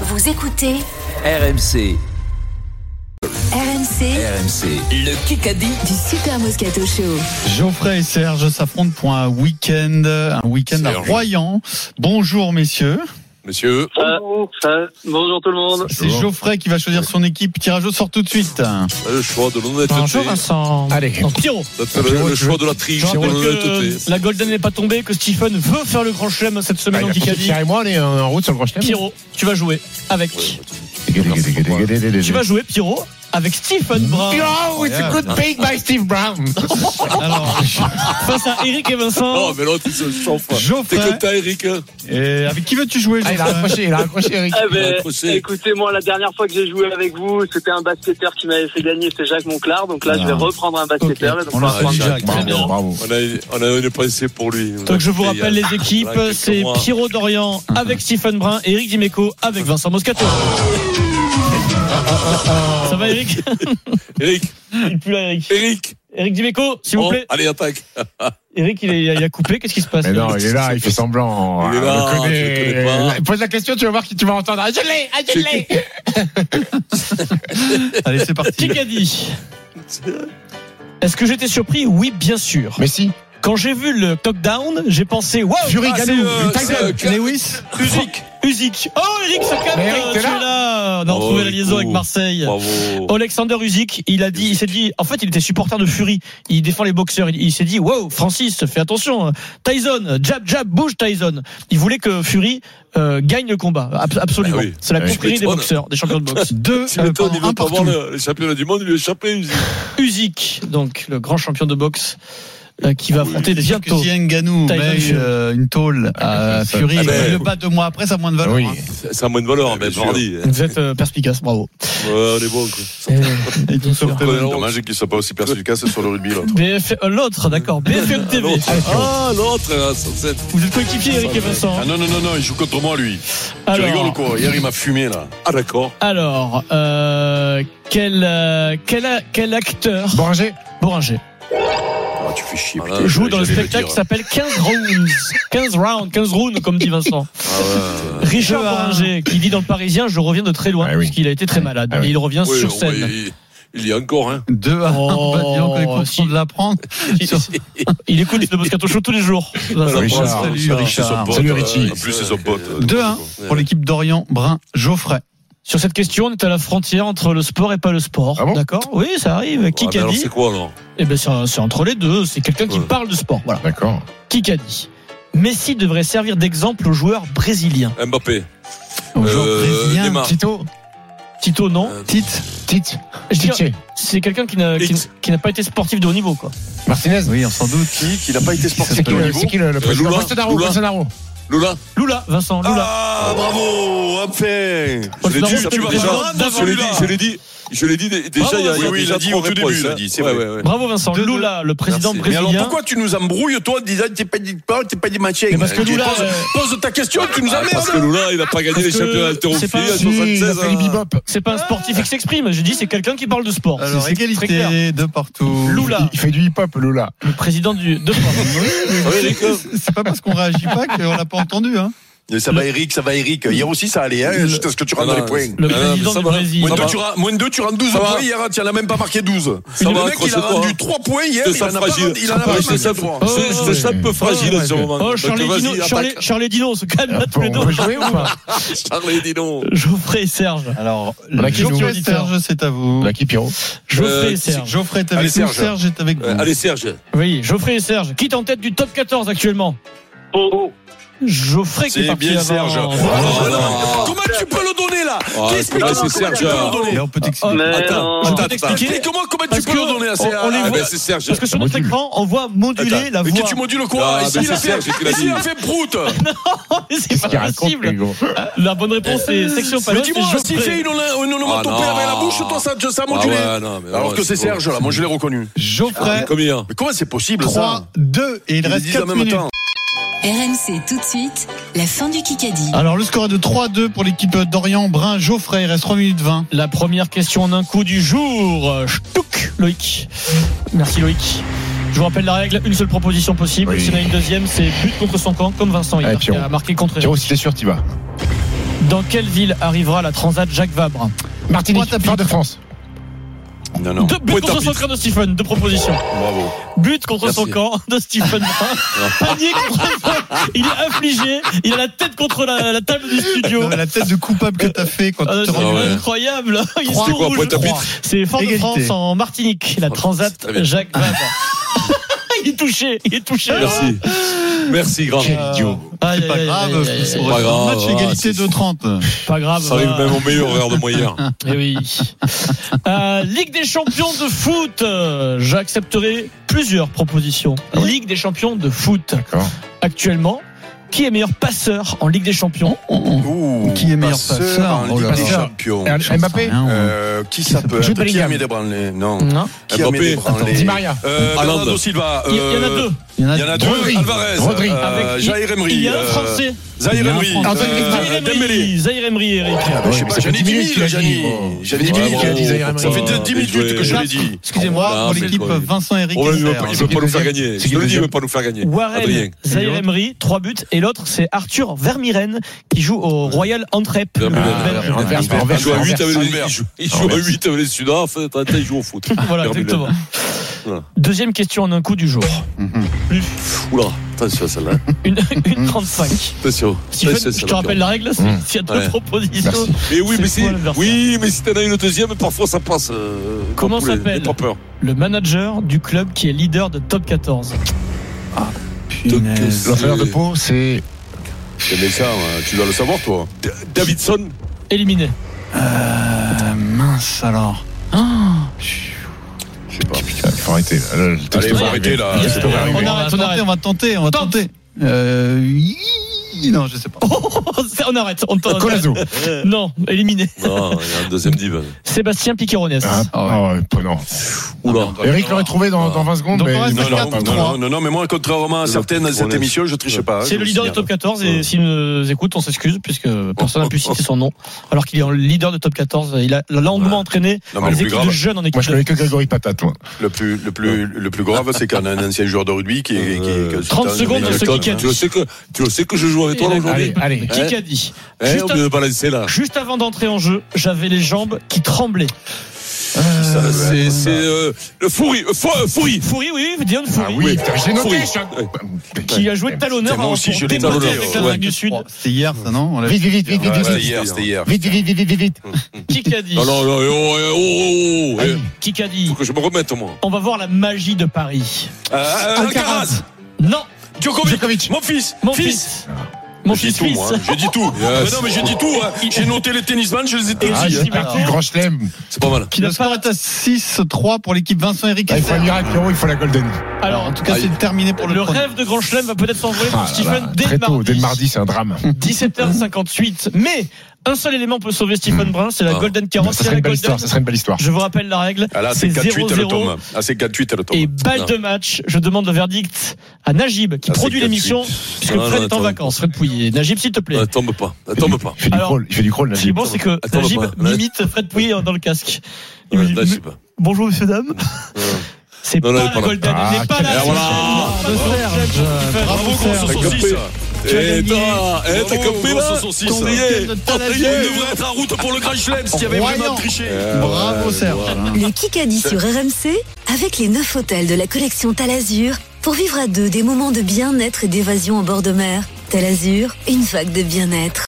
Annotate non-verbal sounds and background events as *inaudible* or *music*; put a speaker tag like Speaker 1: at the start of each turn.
Speaker 1: Vous écoutez
Speaker 2: RMC,
Speaker 1: RMC
Speaker 2: RMC, le Kikadi.
Speaker 1: du Super Moscato Show.
Speaker 3: Geoffrey et Serge s'affrontent pour un week-end, un week-end à
Speaker 4: Serge.
Speaker 3: Royan. Bonjour messieurs.
Speaker 4: Monsieur,
Speaker 5: Ça- ça- Euh, bonjour tout le monde.
Speaker 3: C'est Geoffrey qui va choisir son équipe. Tirage au sort tout de suite.
Speaker 4: euh, le choix de l'honnêteté.
Speaker 6: Bonjour Vincent.
Speaker 7: Allez.
Speaker 6: Donc, Oh. Pierrot.
Speaker 4: Ça te fait le, le choix de la triche,
Speaker 6: Je
Speaker 4: de
Speaker 6: rappelle que
Speaker 4: l'honnêteté.
Speaker 6: la Golden n'est pas tombée, que Stephen veut faire le grand chelem cette
Speaker 7: Bah,
Speaker 6: semaine en
Speaker 7: il y a
Speaker 6: Kikadi.
Speaker 7: Pierre et moi, on est en route sur le grand chelem.
Speaker 6: Pierrot, tu vas jouer avec. Tu vas jouer Pierrot avec Stephen Brown
Speaker 7: Yo, it's a good pick by Steve Brown.
Speaker 3: Alors,
Speaker 6: face à Eric et Vincent.
Speaker 4: Non,
Speaker 7: Oh,
Speaker 4: mais l'autre, il se chauffe. T'es
Speaker 3: Geoffrey,
Speaker 4: que t'as, Eric. hein.
Speaker 3: et avec qui veux-tu jouer
Speaker 7: Ah, il a
Speaker 3: Geoffrey
Speaker 7: raccroché, il a raccroché Eric.
Speaker 6: Euh,
Speaker 5: Eh
Speaker 4: Il a
Speaker 5: ben,
Speaker 4: accroché.
Speaker 5: écoutez, moi, la dernière fois que j'ai joué avec vous, c'était un basketteur qui m'avait fait gagner, c'est Jacques Monclar. Donc là,
Speaker 3: Ah.
Speaker 5: je vais reprendre un basketteur. et donc
Speaker 3: On
Speaker 5: va
Speaker 3: l'a
Speaker 5: reprendre
Speaker 3: dit,
Speaker 5: un-
Speaker 3: Jacques.
Speaker 5: Ah, Très
Speaker 3: Bravo.
Speaker 5: bien.
Speaker 7: Bravo.
Speaker 4: On a, on a une pensée pour lui.
Speaker 6: Donc je vous rappelle
Speaker 4: Et,
Speaker 6: les équipes,
Speaker 4: quelques
Speaker 6: c'est
Speaker 4: mois.
Speaker 6: Pierrot Dorian avec Stephen Brun, Eric Dimeco avec Vincent Moscato. Ça va
Speaker 7: *laughs*
Speaker 6: Eric
Speaker 4: euh, Eric,
Speaker 6: Il pue là Eric.
Speaker 4: Eric.
Speaker 6: Eric Dimeco, s'il
Speaker 7: Oh.
Speaker 6: vous
Speaker 4: bon,
Speaker 6: plaît.
Speaker 4: allez, attaque.
Speaker 6: Eric il, est- il a coupé, qu'est-ce qui se passe
Speaker 7: Mais non, il est là, il fait semblant.
Speaker 4: Il est là,
Speaker 7: On le
Speaker 4: je le connais pas.
Speaker 7: connaît. Pose la question, tu vas voir qui tu vas entendre. Ah, je l'ai, ah, je l'ai.
Speaker 3: Allez, c'est parti.
Speaker 6: Kikadi. Est-ce que j'étais surpris Oui, bien sûr.
Speaker 7: Mais si.
Speaker 6: Quand j'ai vu le knockdown, j'ai pensé waouh
Speaker 7: Fury,
Speaker 4: Ah,
Speaker 7: Ganou,
Speaker 4: c'est, euh,
Speaker 7: Tyson.
Speaker 4: c'est, euh,
Speaker 3: Lewis,
Speaker 4: Musique.
Speaker 6: Uzik. Oh Eric se calme,
Speaker 7: Mais Eric,
Speaker 6: euh,
Speaker 7: t'es
Speaker 6: tu
Speaker 7: là
Speaker 6: es là. On a
Speaker 4: Oh,
Speaker 6: retrouvé la
Speaker 4: les
Speaker 6: liaison
Speaker 4: coups.
Speaker 6: avec Marseille.
Speaker 4: Bravo.
Speaker 6: Alexander Uzik, il a dit, il s'est dit, en fait, il était supporter de Fury. Il défend les boxeurs. Il, il s'est dit, wow, Francis, fais attention. hein. Tyson, jab, jab, bouge Tyson. Il voulait que Fury euh, gagne le combat. Ab- absolument.
Speaker 4: Bah oui.
Speaker 6: C'est la
Speaker 7: Ah Oui.
Speaker 6: confrérie des
Speaker 4: Étonne.
Speaker 6: boxeurs, des champions de
Speaker 7: *laughs*
Speaker 6: boxe.
Speaker 3: deux,
Speaker 4: Si
Speaker 3: euh,
Speaker 4: le temps, il
Speaker 3: pardon,
Speaker 4: veut
Speaker 3: un
Speaker 4: pas voir
Speaker 3: partout.
Speaker 4: le, les championnats du monde, il lui échappé. Musique.
Speaker 6: Uzik, donc le grand champion de boxe, euh, qui va affronter bientôt.
Speaker 3: Si Nganou
Speaker 6: Tyson
Speaker 3: met
Speaker 6: Fury.
Speaker 3: euh, une tôle à
Speaker 7: Ah, ça, ça,
Speaker 3: Fury,
Speaker 4: ah,
Speaker 3: il
Speaker 4: ben,
Speaker 3: le bat deux mois après, ça a moins de valeur.
Speaker 7: Oui.
Speaker 3: hein.
Speaker 4: Ça- Ça a moins de valeur, mais Vardy. hein.
Speaker 6: Vous êtes euh, perspicace, bravo.
Speaker 4: Ouais, on est bon, quoi.
Speaker 3: Et tout
Speaker 6: Euh,
Speaker 3: sauf
Speaker 4: Ouais,
Speaker 3: Taylor.
Speaker 4: non,
Speaker 8: Dommage qu'il soit pas aussi perspicace sur le rugby l'autre.
Speaker 6: BF, euh, l'autre, d'accord. BFM TV.
Speaker 4: L'autre. Ah, l'autre, hein, ça, c'est-
Speaker 6: Vous êtes coéquipier, Eric et Vincent.
Speaker 8: Ah non, non, non, non, il joue contre moi lui. Tu rigoles ou quoi Hier il m'a fumé là.
Speaker 4: Ah, d'accord.
Speaker 6: Alors, euh, quel, euh, quel, a- quel acteur
Speaker 7: Boranger.
Speaker 6: Boringer
Speaker 8: Ah, tu fais chier.
Speaker 4: Ah,
Speaker 8: putain,
Speaker 6: joue dans le
Speaker 8: j'allais
Speaker 6: spectacle
Speaker 8: dire.
Speaker 6: qui s'appelle 15 rounds 15 rounds, 15 rounds comme dit
Speaker 8: *laughs*
Speaker 6: Vincent.
Speaker 4: Ah, ouais.
Speaker 6: Richard
Speaker 3: Euh,
Speaker 6: Boringer qui dit dans le Parisien je reviens de très loin
Speaker 7: Ah oui.
Speaker 6: puisqu'il a été très malade
Speaker 7: Ah oui.
Speaker 6: et il revient
Speaker 4: Oui,
Speaker 6: sur
Speaker 4: on-
Speaker 6: scène.
Speaker 4: il- Il y a encore, hein.
Speaker 3: Deux à *laughs*
Speaker 6: Oh,
Speaker 3: un. Bah, dis donc, les cours
Speaker 6: si.
Speaker 3: sont de l'apprendre. Sur-
Speaker 6: *laughs* Il écoute le Moscato Show tous les jours.
Speaker 4: Alors,
Speaker 7: Richard.
Speaker 4: bon,
Speaker 3: Salut,
Speaker 4: Richard.
Speaker 3: Richard.
Speaker 4: C'est son pote,
Speaker 7: Salut,
Speaker 4: euh,
Speaker 7: Richie.
Speaker 4: En plus, c'est son pote. euh,
Speaker 3: 2-1
Speaker 4: Ouais.
Speaker 3: pour l'équipe d'Orient, Brun, Geoffrey.
Speaker 6: Sur cette question, on est à la frontière entre le sport et pas le sport.
Speaker 7: Ah bon
Speaker 6: D'accord Oui, ça arrive. Qui
Speaker 4: Ah, mais
Speaker 6: qu'a
Speaker 4: alors
Speaker 6: dit
Speaker 4: c'est quoi alors
Speaker 6: Eh ben, c'est un- c'est entre les deux. C'est quelqu'un qui
Speaker 4: Ouais.
Speaker 6: parle de sport. Voilà.
Speaker 7: D'accord.
Speaker 6: Qui qu'a dit Messi devrait servir d'exemple aux joueurs brésiliens.
Speaker 4: Mbappé.
Speaker 3: Bonjour,
Speaker 4: Euh,
Speaker 3: Brésilien.
Speaker 4: Neymar.
Speaker 7: Tito.
Speaker 6: Tito, non.
Speaker 4: Euh,
Speaker 3: Tite.
Speaker 7: Tite.
Speaker 6: Je dis-
Speaker 7: Tite.
Speaker 6: c'est quelqu'un qui n'a qui n- qui n'a pas été sportif de haut niveau, quoi.
Speaker 7: Martinez.
Speaker 3: Oui, on s'en doute.
Speaker 8: Qui Qui n'a pas été sportif
Speaker 7: C'est
Speaker 8: de
Speaker 7: qui,
Speaker 8: haut
Speaker 7: le-
Speaker 8: niveau
Speaker 7: c'est qui le, le président
Speaker 4: Lula.
Speaker 7: Bolsonaro.
Speaker 4: Lula.
Speaker 7: Bolsonaro.
Speaker 4: Lula.
Speaker 6: Lula, Vincent, Lula.
Speaker 8: Ah, bravo Enfin
Speaker 4: Je l'ai
Speaker 6: Bolsonaro,
Speaker 4: dit, ça
Speaker 6: tu
Speaker 4: fait
Speaker 6: vas
Speaker 4: déjà-
Speaker 6: prendre
Speaker 4: je l'ai dit,
Speaker 8: celui-là.
Speaker 4: je l'ai dit, je l'ai dit dé- déjà, il y a,
Speaker 8: oui,
Speaker 4: il y a
Speaker 8: oui, il
Speaker 4: déjà
Speaker 8: l'a dit
Speaker 4: trois
Speaker 8: au tout
Speaker 4: réponses,
Speaker 8: début, il
Speaker 4: hein.
Speaker 8: l'a dit, c'est
Speaker 4: Ouais,
Speaker 8: vrai.
Speaker 4: ouais, ouais.
Speaker 6: Bravo Vincent.
Speaker 3: Deux, deux.
Speaker 6: Lula, le président
Speaker 4: Merci.
Speaker 8: Mais alors
Speaker 6: brésilien.
Speaker 8: pourquoi tu nous embrouilles toi en disant t'es pas dit pas, t'es pas dit match
Speaker 6: Mais parce que Lula,
Speaker 8: pose,
Speaker 6: euh,
Speaker 8: pose ta question, tu nous
Speaker 4: Ah, Parce que
Speaker 8: emmerdes
Speaker 4: Lula, il n'a pas gagné
Speaker 6: Parce
Speaker 4: les
Speaker 6: que
Speaker 4: championnats
Speaker 6: c'est pas
Speaker 4: hétérophiles en
Speaker 6: un-
Speaker 7: Si, il a
Speaker 4: 76.
Speaker 7: fait les
Speaker 4: hein.
Speaker 7: bebop.
Speaker 6: C'est pas un sportif qui s'exprime. J'ai dit, c'est quelqu'un qui parle de sport.
Speaker 3: Alors,
Speaker 6: C'est- c'est très clair.
Speaker 3: égalité de partout.
Speaker 6: Lula,
Speaker 7: Il fait du hip-hop, Lula.
Speaker 6: le président du, de
Speaker 7: *laughs*
Speaker 6: sport.
Speaker 4: Ah oui, Eric, hein.
Speaker 3: C'est pas parce qu'on réagit pas qu'on l'a pas entendu. Hein.
Speaker 8: Mais Ça va Eric, ça va Eric. Hier aussi ça allait, hein, jusqu'à ce que tu rentres dans les
Speaker 4: Ah,
Speaker 8: points.
Speaker 6: Le
Speaker 4: Ah, mais
Speaker 6: président
Speaker 4: ça
Speaker 6: du
Speaker 4: va.
Speaker 6: Brésil.
Speaker 8: Moins
Speaker 4: Ça va.
Speaker 8: 2, tu rends- moins deux, tu rends 12
Speaker 4: Ça va.
Speaker 8: points hier, tu n'en as même pas marqué 12.
Speaker 4: Ça va,
Speaker 8: le mec, il a
Speaker 4: accroche-toi, hein.
Speaker 8: rendu 3 points hier,
Speaker 4: Je te
Speaker 8: il en
Speaker 4: sens
Speaker 8: a pas
Speaker 4: fragile.
Speaker 8: rendu- il en a pas
Speaker 4: Ouais,
Speaker 8: rendu
Speaker 4: je te sens-
Speaker 8: trois.
Speaker 4: je- je te sens un peu fragile en ce moment.
Speaker 6: Oh,
Speaker 4: Donc,
Speaker 6: Charlie
Speaker 4: vas-y,
Speaker 6: Dino,
Speaker 4: attaque.
Speaker 6: Charlie, Charlie Dino, c'est quand même là tous les
Speaker 7: Ah, On
Speaker 6: deux.
Speaker 7: peut jouer ou pas
Speaker 4: Charlie Dino.
Speaker 6: *laughs* Geoffrey et Serge.
Speaker 3: Alors,
Speaker 7: On a qui, nous
Speaker 3: Geoffrey Serge, c'est à vous.
Speaker 7: On a qui, Pierrot
Speaker 6: Geoffrey et
Speaker 4: Euh,
Speaker 6: Serge.
Speaker 3: Geoffrey est avec
Speaker 4: Allez,
Speaker 3: nous,
Speaker 4: Serge.
Speaker 3: Serge est avec vous.
Speaker 8: Mm.
Speaker 4: Euh, Allez, Serge.
Speaker 6: Oui, Geoffrey et Serge. Qui est en tête du top 14 actuellement?
Speaker 5: Oh,
Speaker 6: Geoffrey qui est
Speaker 8: C'est
Speaker 6: parti
Speaker 8: bien
Speaker 6: avant.
Speaker 8: Serge. Oh,
Speaker 4: Oh,
Speaker 8: non. Comment tu peux le donner là
Speaker 4: Ah,
Speaker 8: Qui explique
Speaker 4: là,
Speaker 8: comment
Speaker 4: c'est
Speaker 8: tu peux
Speaker 4: Serge.
Speaker 8: le donner
Speaker 3: Et on peut
Speaker 6: Oh,
Speaker 3: t'expliquer.
Speaker 5: mais
Speaker 4: Attends,
Speaker 5: non.
Speaker 6: Je peux
Speaker 4: Attends,
Speaker 6: t'expliquer.
Speaker 8: Explique-moi comment tu
Speaker 6: Parce
Speaker 8: peux
Speaker 6: que
Speaker 8: le donner à
Speaker 6: on-
Speaker 8: Serge.
Speaker 6: on les
Speaker 4: Ah,
Speaker 6: voit-
Speaker 4: ben, c'est Serge.
Speaker 6: Parce que sur notre
Speaker 7: module.
Speaker 6: écran, on voit moduler
Speaker 4: Attends,
Speaker 6: la
Speaker 8: Mais
Speaker 6: voix.
Speaker 8: qui tu modules quoi
Speaker 4: Ah,
Speaker 8: Et s'il
Speaker 4: ben,
Speaker 8: a
Speaker 4: c'est
Speaker 8: fait-
Speaker 4: Serge qui l'a
Speaker 8: et s'il
Speaker 4: dit.
Speaker 8: a fait prout
Speaker 6: Mais c'est
Speaker 7: Qu'est-ce qu'il
Speaker 6: pas
Speaker 7: raconte,
Speaker 6: possible.
Speaker 7: Hugo
Speaker 6: La bonne réponse est section
Speaker 8: Mais
Speaker 6: Palotte,
Speaker 8: dis-moi,
Speaker 6: c'est
Speaker 8: s'il
Speaker 6: Geoffrey.
Speaker 8: fait une ono- une onomatopée
Speaker 4: Ah, non.
Speaker 8: avec la bouche, toi ça ça a
Speaker 4: Ah
Speaker 8: modulé.
Speaker 4: ouais, non, mais
Speaker 8: Alors
Speaker 4: ouais,
Speaker 8: que c'est
Speaker 4: beau.
Speaker 8: Serge là, moi je l'ai reconnu.
Speaker 3: Geoffrey,
Speaker 4: Comme hier.
Speaker 8: Mais comment c'est possible ça
Speaker 3: 3, 2, et il
Speaker 8: Ils
Speaker 3: reste
Speaker 8: disent en
Speaker 3: 4
Speaker 8: même
Speaker 3: minutes.
Speaker 8: temps.
Speaker 1: RMC tout de suite, la fin du Kikadi.
Speaker 3: Alors, le score est de 3-2 pour l'équipe d'Orient, Brun, Geoffrey, il reste 3 minutes 20.
Speaker 6: La première question en un coup du jour. Ch'touk, Loïc. Merci Loïc. Je vous rappelle la règle, une seule proposition possible.
Speaker 7: Oui.
Speaker 6: S'il y en a une deuxième, c'est but contre son camp, comme Vincent hier,
Speaker 7: Allez,
Speaker 6: qui
Speaker 7: Pierrot.
Speaker 6: a marqué contre
Speaker 7: Pierrot, si t'es sûr, t'y vas.
Speaker 6: Dans quelle ville arrivera la Transat Jacques Vabre
Speaker 7: Martinique,
Speaker 6: Trois tapis.
Speaker 7: Fleur de France.
Speaker 8: Non,
Speaker 7: Oh,
Speaker 8: non.
Speaker 6: Deux buts
Speaker 8: Ouais,
Speaker 6: contre
Speaker 8: tapis.
Speaker 6: son camp de Stephen, deux propositions.
Speaker 8: Bravo.
Speaker 6: But contre son
Speaker 8: Merci.
Speaker 6: camp de
Speaker 7: *laughs*
Speaker 6: Stephen Brun. Panier contre son Il est affligé, il a la tête contre la, la table du studio.
Speaker 3: Non, mais la tête de coupable que t'as fait quand
Speaker 6: Ah,
Speaker 3: tu te
Speaker 6: c'est
Speaker 3: rends-
Speaker 8: Ah ouais.
Speaker 6: incroyable hein. Il est
Speaker 4: Trois.
Speaker 6: tout
Speaker 4: C'est quoi,
Speaker 6: rouge.
Speaker 4: Pointe-à-Pitre
Speaker 6: Trois. C'est Fort de
Speaker 3: Égalité.
Speaker 6: France en Martinique, la
Speaker 8: Oh,
Speaker 6: Transat
Speaker 8: c'est très bien. Ah,
Speaker 6: Jacques Vabre.
Speaker 8: *laughs*
Speaker 6: il est touché, il est
Speaker 8: Eh ben,
Speaker 6: touché.
Speaker 4: Merci.
Speaker 8: euh,
Speaker 4: Merci, grave.
Speaker 6: Ah. Aïe,
Speaker 3: C'est pas
Speaker 6: aïe, aïe,
Speaker 3: grave,
Speaker 6: aïe, aïe,
Speaker 3: c'est
Speaker 6: aïe.
Speaker 3: pas grave.
Speaker 4: grave,
Speaker 3: Match
Speaker 4: voilà,
Speaker 3: égalité
Speaker 4: c'est-
Speaker 3: 2-30.
Speaker 6: Pas grave.
Speaker 4: Ça arrive
Speaker 6: bah.
Speaker 4: même au meilleur horaire de
Speaker 8: *laughs*
Speaker 4: moyen.
Speaker 6: Eh oui. Euh, Ligue des champions de foot. Euh, J'accepterai plusieurs propositions.
Speaker 8: Ah
Speaker 6: Ligue des champions de foot.
Speaker 7: D'accord.
Speaker 6: Actuellement, qui est meilleur passeur en Ligue des champions
Speaker 8: Ouh,
Speaker 3: Qui est meilleur passeur
Speaker 8: en
Speaker 3: Oh là
Speaker 8: Ligue des
Speaker 7: là.
Speaker 8: Champions
Speaker 7: Euh,
Speaker 3: J'en sais
Speaker 7: Mbappé
Speaker 3: rien, moi.
Speaker 8: Euh, Qui ça peut
Speaker 7: Jude
Speaker 8: être Qui a
Speaker 7: Bellingham.
Speaker 8: mis des branlées Non.
Speaker 6: Non.
Speaker 8: Qui a mis
Speaker 4: Mbappé.
Speaker 8: des branlées
Speaker 7: Di Maria.
Speaker 8: Euh,
Speaker 4: Haaland.
Speaker 8: Bernardo Silva.
Speaker 6: Il y- il y en a
Speaker 8: euh,
Speaker 6: deux.
Speaker 3: Ah,
Speaker 8: Il y en a deux.
Speaker 7: Rodri.
Speaker 8: Alvarez.
Speaker 7: Rodri.
Speaker 8: euh,
Speaker 6: Avec-
Speaker 8: Jair Emery.
Speaker 6: Il y a un
Speaker 8: euh,
Speaker 6: Français.
Speaker 8: Jair
Speaker 3: Il y a un
Speaker 8: Emery.
Speaker 3: Français.
Speaker 7: Antoine Griezmann.
Speaker 8: euh,
Speaker 6: Zaire
Speaker 8: Dembélé.
Speaker 6: Emery. Zaire Emery, Eric.
Speaker 8: Ah bah, Je sais
Speaker 7: Ouais,
Speaker 8: pas,
Speaker 7: mais
Speaker 8: j'en ai
Speaker 7: c'est
Speaker 8: 10
Speaker 7: minutes,
Speaker 8: 000,
Speaker 7: tu l'as dit.
Speaker 8: Gianni. J'avais 10
Speaker 7: Ouais,
Speaker 8: 000
Speaker 7: bravo.
Speaker 8: qui a dit Zaire
Speaker 7: Ça
Speaker 8: Ça
Speaker 7: Oh,
Speaker 8: fait
Speaker 7: bien
Speaker 8: 10 minutes que je l'ai dit.
Speaker 3: Excusez-moi,
Speaker 4: Non,
Speaker 3: pour
Speaker 4: mais
Speaker 3: l'équipe
Speaker 4: quoi.
Speaker 3: Vincent Eric
Speaker 4: Oh, il ne veut
Speaker 3: Kessler.
Speaker 4: pas il veut pas nous faire gagner. Je le dis,
Speaker 7: C'est qui le
Speaker 4: il ne veut
Speaker 7: deuxième
Speaker 4: pas nous faire gagner. Adrien.
Speaker 6: Warren
Speaker 8: Ah,
Speaker 6: Zaire
Speaker 3: Et
Speaker 6: Emery, 3 buts. Et l'autre, c'est Arthur Vermeeren qui joue au Royal Antwerp. Ah, le
Speaker 4: Vermeeren.
Speaker 6: club belge.
Speaker 7: Envers,
Speaker 4: Il joue
Speaker 7: envers,
Speaker 4: à 8
Speaker 7: envers,
Speaker 4: avec les-
Speaker 8: envers.
Speaker 4: il joue- Il joue à 8 avec les Sudaf, en fait, attends, il joue au foot.
Speaker 6: Voilà,
Speaker 4: Vermeeren.
Speaker 6: exactement.
Speaker 4: Voilà.
Speaker 6: Deuxième question en un coup du jour.
Speaker 4: Oula, attention à celle-là. *laughs*
Speaker 6: Une, une 35.
Speaker 4: Attention. Attention
Speaker 6: Stephen,
Speaker 4: à
Speaker 6: je te
Speaker 4: celle-là.
Speaker 6: rappelle la règle, c'est- s'il y a deux
Speaker 4: Mmh. Ouais.
Speaker 6: propositions.
Speaker 7: Merci.
Speaker 4: Mais oui,
Speaker 6: C'est
Speaker 4: mais
Speaker 6: quoi
Speaker 4: si,
Speaker 6: l'adversaire
Speaker 4: oui, mais si t'en as une deuxième, parfois ça passe. euh,
Speaker 6: Comment
Speaker 4: pour les-
Speaker 6: s'appelle
Speaker 4: les pas peur.
Speaker 6: Le manager du club qui est leader de top 14.
Speaker 4: Punaise.
Speaker 7: L'entraîneur de Pau, c'est.
Speaker 8: Eh ben ça, euh, tu dois le savoir, toi.
Speaker 4: D- Davidson,
Speaker 6: Éliminé. *laughs*
Speaker 3: Euh, mince alors.
Speaker 8: Je sais pas.
Speaker 7: Putain, il faut arrêter. là, là, le texte
Speaker 8: Allez,
Speaker 7: va
Speaker 8: faut
Speaker 7: arriver.
Speaker 8: arrêter là.
Speaker 6: Yes.
Speaker 8: C'est pas grave.
Speaker 3: va
Speaker 6: On arrête, on
Speaker 3: tenter,
Speaker 6: arrête.
Speaker 3: Ah on va tenter, on va
Speaker 6: Tente.
Speaker 3: tenter. Euh, hi- non, je sais pas.
Speaker 6: on arrête, on t'en-
Speaker 7: Colazo.
Speaker 6: Non, éliminé.
Speaker 4: Euh, Non, il y a un deuxième div.
Speaker 6: Sébastien Piquerones.
Speaker 7: Ah, ah ouais, pas non.
Speaker 4: Oula.
Speaker 7: Eric l'aurait trouvé dans, dans 20 secondes.
Speaker 6: Donc,
Speaker 7: mais
Speaker 6: on reste
Speaker 8: Non, non, non,
Speaker 3: trois.
Speaker 8: non, non, non, mais moi, contrairement à certaines de cette
Speaker 4: Rollins.
Speaker 8: émission, je triche pas. hein,
Speaker 6: C'est
Speaker 8: je
Speaker 6: le
Speaker 8: vous
Speaker 6: leader du top
Speaker 8: signale.
Speaker 6: 14 et s'il nous écoute, on s'excuse puisque personne n'a pu citer son nom. Alors qu'il est en leader de top 14, il a longuement entraîné
Speaker 8: Non, Ah, mais le
Speaker 6: les
Speaker 8: plus
Speaker 6: équipes
Speaker 8: grave-
Speaker 6: de jeunes en
Speaker 7: Moi,
Speaker 6: équipe
Speaker 7: je
Speaker 6: de
Speaker 7: connais que Grégory Patate, moi.
Speaker 8: Le plus, le plus, le plus grave, c'est qu'un un ancien joueur de rugby qui, qui, qui- qui-
Speaker 6: 30
Speaker 8: qui-
Speaker 6: secondes
Speaker 8: qui-
Speaker 6: de ce
Speaker 8: qui-
Speaker 6: kick-end.
Speaker 4: Tu le sais que, tu le sais que je joue avec toi là, aujourd'hui.
Speaker 7: Allez, allez.
Speaker 6: Qui qu'a dit
Speaker 4: Eh,
Speaker 6: Juste
Speaker 4: on peut balancer là.
Speaker 6: Juste avant d'entrer en jeu, j'avais les jambes qui tremblaient. Ah,
Speaker 4: Ça, C'est, c'est, euh, le Fouri, euh, Fo- euh, Fouri.
Speaker 6: Fouri, oui, oui, Dion Fouri.
Speaker 7: Ah oui, putain, j'ai noté.
Speaker 4: Fouri.
Speaker 7: je-
Speaker 6: Qui a joué talonneur
Speaker 8: Putain, moi
Speaker 6: en-
Speaker 8: aussi,
Speaker 6: pour
Speaker 8: je l'ai
Speaker 6: dépoter
Speaker 4: talonneur,
Speaker 6: avec l'Afrique
Speaker 4: ouais.
Speaker 6: du Sud.
Speaker 3: Oh, C'était hier, ça, non On l'a-
Speaker 7: Vite, vite, vite, vite,
Speaker 8: Ouais,
Speaker 7: vite,
Speaker 8: C'était
Speaker 7: vite.
Speaker 8: hier, c'était hier.
Speaker 7: Vite, vite, vite, vite, vite, vite.
Speaker 6: Qui qu'a dit
Speaker 4: Non, non, non, eh, oh, eh, oh, oh, oh, eh,
Speaker 6: Qui qu'a dit
Speaker 4: Faut que je me remette, moi. Ah,
Speaker 6: On va voir la magie de Paris.
Speaker 8: Euh, euh, Alcaraz,
Speaker 6: Non,
Speaker 8: Djokovic,
Speaker 7: Djokovic.
Speaker 8: mon fils,
Speaker 6: mon
Speaker 8: fils.
Speaker 6: fils. Mon
Speaker 8: Je dis
Speaker 6: fils,
Speaker 8: tout,
Speaker 6: fils.
Speaker 8: moi. hein. Je dis
Speaker 6: *laughs*
Speaker 8: tout.
Speaker 4: Yes.
Speaker 8: Mais non, mais je dis tout. hein. J'ai noté les tennisman, je les ai tous.
Speaker 7: Ah,
Speaker 6: Gilles
Speaker 7: il y a
Speaker 6: Martin.
Speaker 7: un grand chelem.
Speaker 4: C'est pas mal.
Speaker 6: Qui n'a
Speaker 3: Le
Speaker 6: pas
Speaker 3: score est à 6-3 pour l'équipe Vincent Eric
Speaker 7: Ah, Il faut Ah, un
Speaker 3: Kessler.
Speaker 7: miracle, Pierrot, il faut la Golden.
Speaker 3: Alors,
Speaker 6: Alors,
Speaker 3: en tout cas,
Speaker 4: Aïe.
Speaker 3: c'est terminé pour le
Speaker 6: le
Speaker 3: chrono.
Speaker 6: rêve de Grand Chelem va peut-être s'envoler
Speaker 7: Ah
Speaker 6: pour
Speaker 7: là
Speaker 6: Stephen
Speaker 7: là,
Speaker 6: dès
Speaker 7: Très
Speaker 6: le
Speaker 7: tôt,
Speaker 6: mardi.
Speaker 7: dès le mardi, c'est un drame.
Speaker 6: 17h58. Mais un seul élément peut sauver Stephen Brun, c'est la
Speaker 4: Ah.
Speaker 6: Golden
Speaker 7: Ça
Speaker 6: Carotte. C'est
Speaker 7: serait
Speaker 6: la
Speaker 7: une belle
Speaker 6: Golden.
Speaker 7: histoire. Ça serait une belle histoire.
Speaker 6: Je vous rappelle la règle.
Speaker 8: Ah là, c'est
Speaker 6: c'est
Speaker 8: 4-8, elle
Speaker 6: 0-0
Speaker 8: tombe. Ah, c'est 4-8, elle tombe.
Speaker 6: et balle
Speaker 4: Non.
Speaker 6: de match. Je demande le verdict à Najib qui
Speaker 4: Ah, c'est
Speaker 6: produit
Speaker 4: 4-8.
Speaker 6: l'émission puisque
Speaker 4: Non, non,
Speaker 6: Fred est en
Speaker 4: attends.
Speaker 6: vacances. Fred Pouillet. Najib, s'il te
Speaker 8: Ah,
Speaker 6: plaît.
Speaker 4: Ne tombe pas. Ne tombe pas.
Speaker 7: Il fait du
Speaker 6: Alors,
Speaker 7: crawl, il fait du crawl,
Speaker 6: Ce qui est
Speaker 7: Najib.
Speaker 6: bon, c'est que
Speaker 4: Ah, Attends,
Speaker 6: Najib
Speaker 4: papa.
Speaker 6: limite Fred Pouillet dans le casque. Il
Speaker 4: Ouais,
Speaker 6: me dit,
Speaker 4: Là, je sais pas.
Speaker 6: Bonjour, messieurs, dames. C'est pas
Speaker 4: Non, non,
Speaker 6: la
Speaker 4: pardon.
Speaker 6: Golden.
Speaker 7: Ah,
Speaker 6: Elle n'est pas
Speaker 7: quel-
Speaker 6: la
Speaker 4: Eh, voilà.
Speaker 6: Golden. Ah, Bravo,
Speaker 8: Bravo,
Speaker 6: Serge.
Speaker 8: grosse saucisse.
Speaker 6: Tu as
Speaker 4: Eh,
Speaker 6: gagné.
Speaker 4: toi, eh, t'as
Speaker 8: Bravo,
Speaker 4: compris
Speaker 8: grosse
Speaker 4: là?
Speaker 8: saucisse.
Speaker 4: Ton
Speaker 8: Ton
Speaker 4: billet.
Speaker 8: On devrait être en route pour le Grand Chelem s'il y avait
Speaker 3: Royan.
Speaker 8: vraiment triché.
Speaker 7: Euh,
Speaker 3: Bravo, Serge.
Speaker 1: Le Kikadi sur RMC avec les 9 hôtels de la collection Talazur pour vivre à deux des moments de bien-être et d'évasion en bord de mer. Talazur, une vague de bien-être.